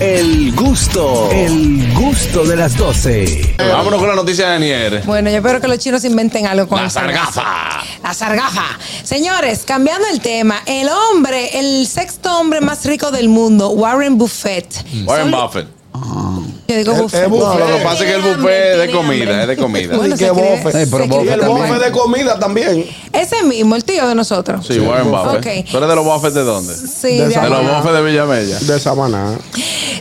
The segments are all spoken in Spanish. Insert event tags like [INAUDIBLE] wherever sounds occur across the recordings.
El gusto, el gusto de las 12. Eh, Vámonos con la noticia de Anier. Bueno, yo espero que los chinos inventen algo con La esa grasa. sargaza. La sargaza. Señores, cambiando el tema, el hombre, el sexto hombre más rico del mundo, Warren Buffett. Warren Son- Buffett. Yo digo Eh, Buffett. eh, Buffett. No, lo que Tiene pasa es que el hambre, buffet es de tiene comida, hambre. es de comida. [LAUGHS] Bueno, Sí, se que escribe- Buffett. se Eh, escribe Y el también. bofe de comida también. Ese mismo, el tío de nosotros. Sí, Warren Buffett. Ok. ¿Tú eres de los Buffett de dónde? Sí, De de esa- De acuerdo. los Buffett de Villamella. De Samaná.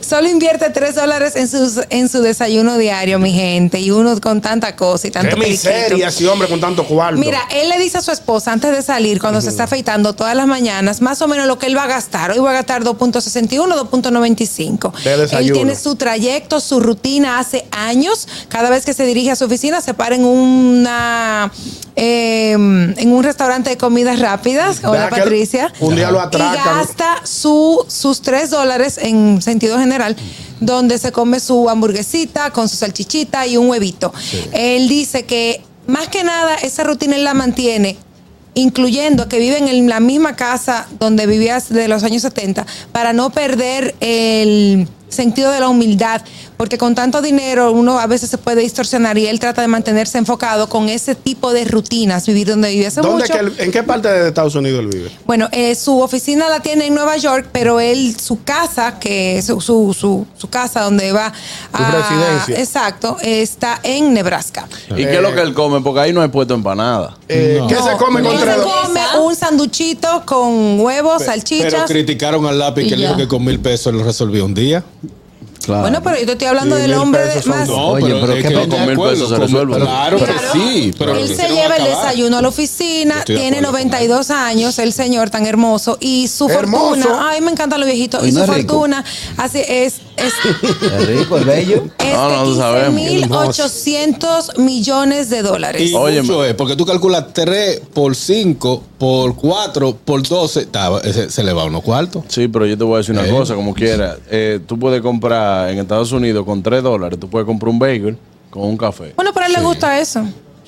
Solo invierte 3 dólares en, sus, en su desayuno diario, mi gente. Y uno con tanta cosa y Qué tanto periquito. miseria ese hombre con tanto cuarto. Mira, él le dice a su esposa antes de salir, cuando se está afeitando todas las mañanas, más o menos lo que él va a gastar. Hoy va a gastar 2.61, 2.95. De desayuno. Él tiene su trayecto, su rutina hace años. Cada vez que se dirige a su oficina, se para en una. eh, en un restaurante de comidas rápidas, con la Ve aquel- Patricia. un día lo Y atracan. gasta su, sus 3 dólares en sentido general, donde se come su hamburguesita con su salchichita y un huevito. Él dice que más que nada esa rutina él la mantiene, incluyendo que viven en la misma casa donde vivías de los años 70, para no perder el sentido de la humildad, porque con tanto dinero uno a veces se puede distorsionar y él trata de mantenerse enfocado con ese tipo de rutinas, vivir donde vivía hace ¿Dónde mucho. que él- ¿En qué parte de Estados Unidos él vive? Bueno, eh, su oficina la tiene en Nueva York, pero él, su casa, que su, su, su, su casa donde va a. residencia. Exacto, está en Nebraska. ¿Y qué es lo que él come? Porque ahí no hay puesto empanada. Eh, ¿Qué se come Él con se tres do- come un sanduchito con huevos, Pero salchichas. criticaron al lápiz Y que le dijo ya. que con mil pesos lo resolvió un día. Claro. Bueno, pero yo te estoy hablando Sí, del mil hombre pesos de- son más. No, Oye, pero es ¿qué que pasa? de Con mil acuerdo, pesos se con- resuelve. Claro que Claro. sí. Pero él lo se quisieron lleva el acabar. desayuno a la oficina, Estoy de tiene acuerdo con él. 92 años, el señor tan hermoso, y su Hermoso. fortuna, ay, me encantan los viejitos, Hoy y no su es rico. fortuna así es, es [LAUGHS] Es rico, es bello. es No, no, tú de sabemos. 15.800 millones de dólares. Y Óyeme. mucho es, porque tú calculas 3 por 5 por 4 por 12, está, ese- se le va a unos cuartos. Sí, pero yo te voy a decir una Eh. cosa, como quiera. Eh, tú puedes comprar en Estados Unidos con 3 dólares, tú puedes comprar un bagel con un café. Bueno, pero a él le gusta eso.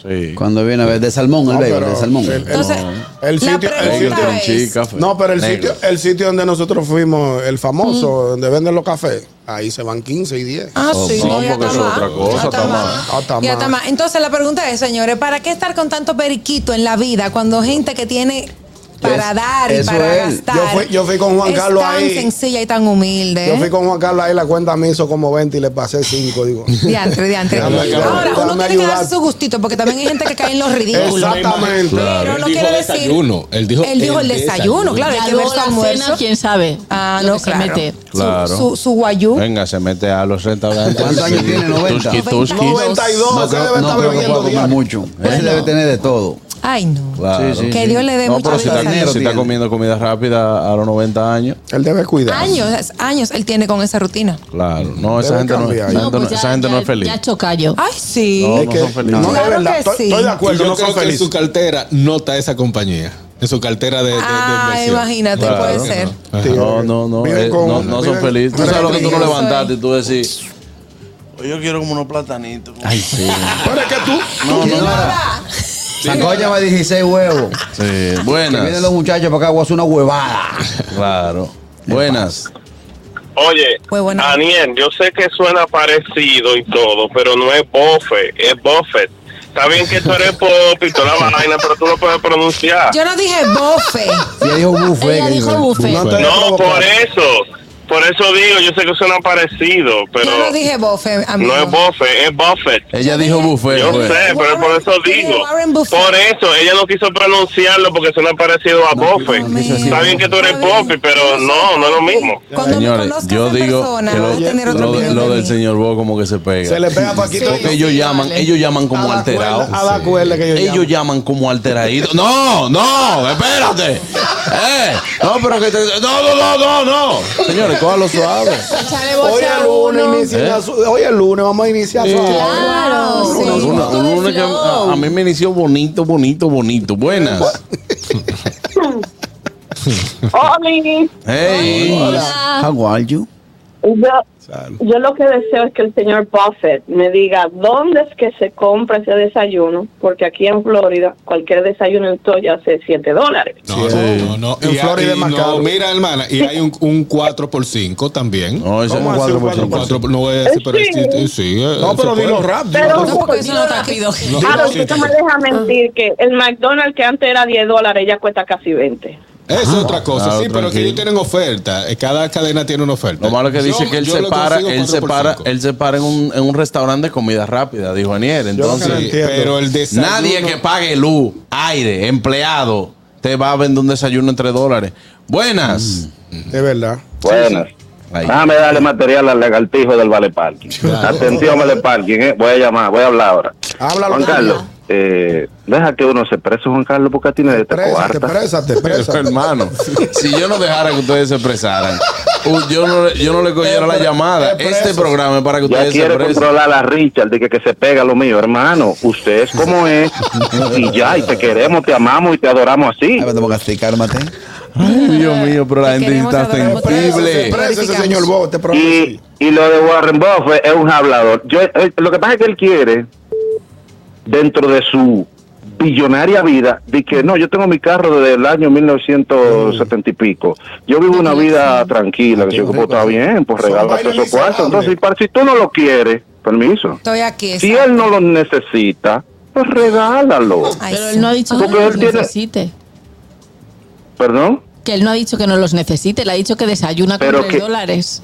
Sí. Cuando viene a ver de salmón, el No, bacon, pero de salmón. el- Entonces, El la sitio- Bagel el sitio- pregunta con chi, es, café. No, pero el Negro. sitio, el sitio donde nosotros fuimos, el famoso, donde venden los cafés, ahí se van 15 y 10. Ah, sí, no, no, ya porque está eso es más. otra cosa, Ya está está más. más. Está Ya más. está más. Entonces la pregunta es, señores, ¿para qué estar con tanto periquito en la vida cuando gente que tiene para Es- dar y eso para es. gastar? Yo fui- yo fui con Juan es Carlos tan ahí. sencilla y tan humilde. ¿eh? Yo fui con Juan Carlos ahí, la cuenta me hizo como 20 y le pasé [LAUGHS] 5, digo. Diantre, diantre. Déjame ayudar, Ahora, uno déjame tiene que ayudar. darse su gustito porque también hay gente que cae en los ridículos. Exactamente. Pero Él no dijo quiere decir. desayuno, él dijo Él dijo el el desayuno, desayuno. claro. Hay Ya que ver luego su la cena, almuerzo. quién sabe. Ah, lo no, que se claro. mete. Su- Claro. Su, su guayú. Venga, se mete a los restaurantes. ¿Cuántos años tiene? 90. Tusky, tusky. 92, No, ese creo, no debe estar creo que bebiendo pueda comer diario. Pues mucho. Ese debe tener de todo. Ay, no. Claro. Sí, sí, Que sí. Dios le dé No, mucha pero si está, vida. dinero si está tiene. comiendo comida rápida a los 90 años, Él debe cuidar. Años, años él tiene con esa rutina. claro. No, esa Debe gente no, cambiar. esa gente no- pues ya- esa gente no ya- es feliz. Ya chocayo. Ay, sí. No, Es no que- son felices. no, Claro es verdad. que Estoy, sí. estoy de Y acuerdo, yo no son creo que en su felices. cartera no está esa compañía. En su cartera de, de, de Ah, inversión. imagínate, puede ser. Ajá. Sí. No, no, no. Viven eh, con- no, no son viven- felices. Tú Mira sabes lo qué que tú no feliz levantaste y tú decís. Yo quiero como unos platanitos. Ay, sí. Pero es que tú, No, no, me 16 [LAUGHS] huevos. Sí, Que vienen buenas. los muchachos para acá, voy a hacer una huevada. Claro. Buenas. Oye, Muy buena. Daniel, yo sé que suena parecido y todo, pero no es Buffett, es Buffett. Está bien que tú eres pop y toda la vaina, pero tú no puedes pronunciar. Yo no dije bofe. Si ella dijo buffet. Ella que dijo dijo- buffet. no te [LAUGHS] No, por eso. Por eso digo, yo sé que suena parecido, pero Yo no dije bofe, amigo. no es Buffett, es Buffett. Ella dijo buffet. Yo pues. sé, pero por eso Warren- digo. Warren Buffett. Por eso, ella no quiso pronunciarlo porque suena parecido a Buffett. no, quiso decir Está bien que tú eres Está bien. Buffett, pero no, no es lo mismo. Cuando me Señores, conozcas yo en digo persona, que vas a tener lo, otra lo de- opinión lo de del mí. señor Bo como que se pega. se le pega a Paquito. Porque y- ellos sí, llaman, vale. ellos llaman A como la alterados. cuerda- a la cuerda que ellos Ellos llaman como alteraídos. No, no, espérate. Eh, no, pero que te- no, no, no, no, no. Señores, cójalo suave. Échale Hoy bofe es a lunes, uno. inicia ¿Eh? una su- hoy es lunes, vamos a iniciar su Claro, sí. Una- una- poco de una que a, flow. a mí me inició bonito, bonito, bonito. Buenas. Oli, Hey. How are you? Yo, yo lo que deseo es que el señor Buffett me diga dónde es que se compra ese desayuno, porque aquí en Florida cualquier desayuno en Toya hace 7 dólares. No, no, no, no. En Y hay- Florida es más no, caro. mira, hermana, y hay un, un 4x5 también. No, ese- ¿Cómo así un Un 4 no voy a decir, pero Sí. es- sí, eh, No, pero se dilo puede. rap. Pero dilo No, porque eso no está pido. Ah, Claro, Dilo, sí, usted Ah, no me deja mentir que el McDonald's que antes era 10 dólares ya cuesta casi 20. Esa es otra cosa, claro, sí, pero que Ah, tranquilo. ellos tienen oferta. eh, Cada cadena tiene una oferta. Lo malo que Yo- dice que él yo se lo para, consigo él se para, 4x5. él se para en un, en un restaurante de comida rápida, dijo Aniel. Yo creo Entonces, Sí, pero el desayuno. nadie que pague luz, aire, empleado, te va a vender un desayuno en tres dólares. Buenas. Mm. Es verdad. Buenas. Ahí. Déjame darle material al lagartijo del Vale Parking. Atención, Vale Parking, eh. voy a llamar, voy a hablar ahora. Ah, Háblalo, Juan Carlos, eh, deja que uno se prese, Juan Carlos, porque a ti nadie te Présate, coarta. présate, Pero, présate. hermano, si yo no dejara que ustedes se expresaran, u- yo no, le- yo no le cogiera la llamada. Este programa es para que Ya ustedes se quiere expresen. controlar a Richard, de que, que se pega lo mío, hermano. Usted es como es. Y ya, y te queremos, te amamos y te [LAUGHS] adoramos así. Ay, vete, porque así, cálmate. Ay, Dios mío, pero la Te gente queremos, está te adoramos, te sensible. adoramos. Présate, Verificamos. señor este Bo, te prometo. Y, y lo de Warren Buffett es un hablador. Yo, eh, lo que pasa es que él quiere, dentro de su billonaria vida, de que no, yo tengo mi carro desde el año 1970 y pico. Yo vivo una vida tranquila, que yo pues, está bien, pues Son regala vainas esos cuartos. miserables. Entonces, y para- si tú no lo quieres, permiso, Estoy aquí. si exacto. él no lo necesita, pues regálalo. Ay, Pero sí. él no ha dicho que no Porque él los tiene- necesite. ¿Perdón? Que él no ha dicho que no los necesite. Él ha dicho que desayuna con Pero tres que- dólares.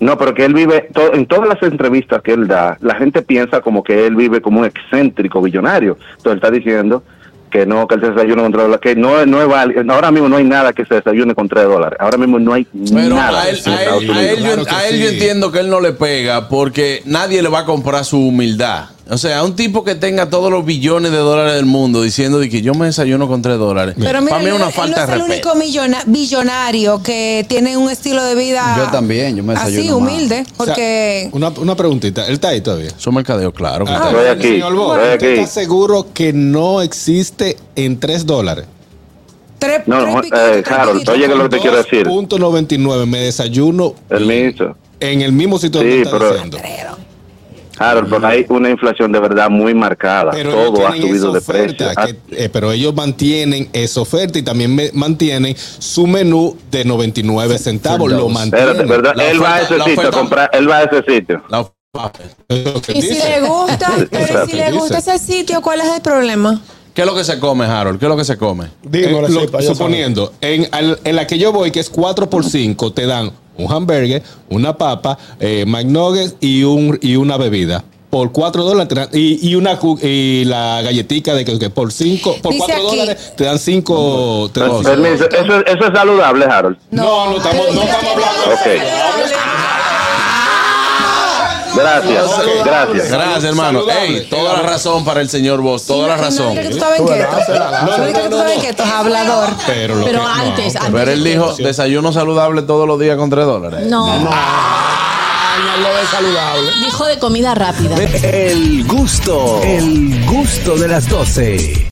No, pero que él vive, to- en todas las entrevistas que él da, la gente piensa como que él vive como un excéntrico billonario. Entonces él está diciendo que no, que el desayuno con tres dólares, que no, no es válido. Ahora mismo no hay nada que se desayune con tres dólares. Ahora mismo no hay Pero nada. a él, en a él- Estados a él Unidos. yo, Claro que a él yo sí. entiendo que él no le pega porque nadie le va a comprar su humildad. O sea, un tipo que tenga todos los billones de dólares del mundo diciendo de que yo me desayuno con tres dólares. Pero mira, Para mí es él- una él falta no de es el respeto. único millona- billonario que tiene un estilo de vida. Yo también, yo me Así, desayuno más. humilde, O sea, porque. una, una preguntita, él está ahí todavía. Eso es mercadeo, claro. que Ah, está Estoy el aquí, señor Bo, estoy ¿usted aquí. está seguro que no existe en 3 dólares? tres, No, tres no, piquitos, eh, tres Harold, piquitos. oye, que lo- que te quiero decir. 2.99 me desayuno Permiso. en el mismo sitio donde Sí, está pero- diciendo. Claro, pero hay una inflación de verdad muy marcada. Pero ellos Todo ha tienen subido esa de precio. Ah, oferta que- eh, pero ellos mantienen esa oferta y también me- mantienen su menú de 99 centavos. Lo mantienen. Espérate, ¿verdad? La él va a oferta- ese la sitio a oferta- comprar, él va a ese sitio. La oferta. Es lo que Y si dice. le gusta, pero si le gusta ese sitio, ¿cuál es el problema? ¿Qué es lo que se come, Harold? ¿Qué es lo que se come? Dímelo, Eh, lo- sepa, yo suponiendo, en, al- en la que yo voy, que es 4x5, te dan un hamburger, una papa, eh, McNuggets y, un, y una bebida. Por 4 dólares te dan- y, y una cu- y la galletica de que, que por 5, por Dice 4 aquí- dólares te dan 5 te dan- Pues, Permiso, eso, eso es saludable, Harold. No, no estamos, no estamos hablando. Ok. Gracias, gracias. Gracias, hermano. Saludable. Ey, toda la razón para el señor Vos, toda la razón. No, no, que tú estabas en quieto. No, que tú estabas en quieto, hablador. Pero, lo Pero que- no, antes, antes. Pero él de dijo que- desayuno saludable todos los días con tres dólares. No, Hablo de saludable. dijo de comida rápida. El gusto, el gusto de las doce.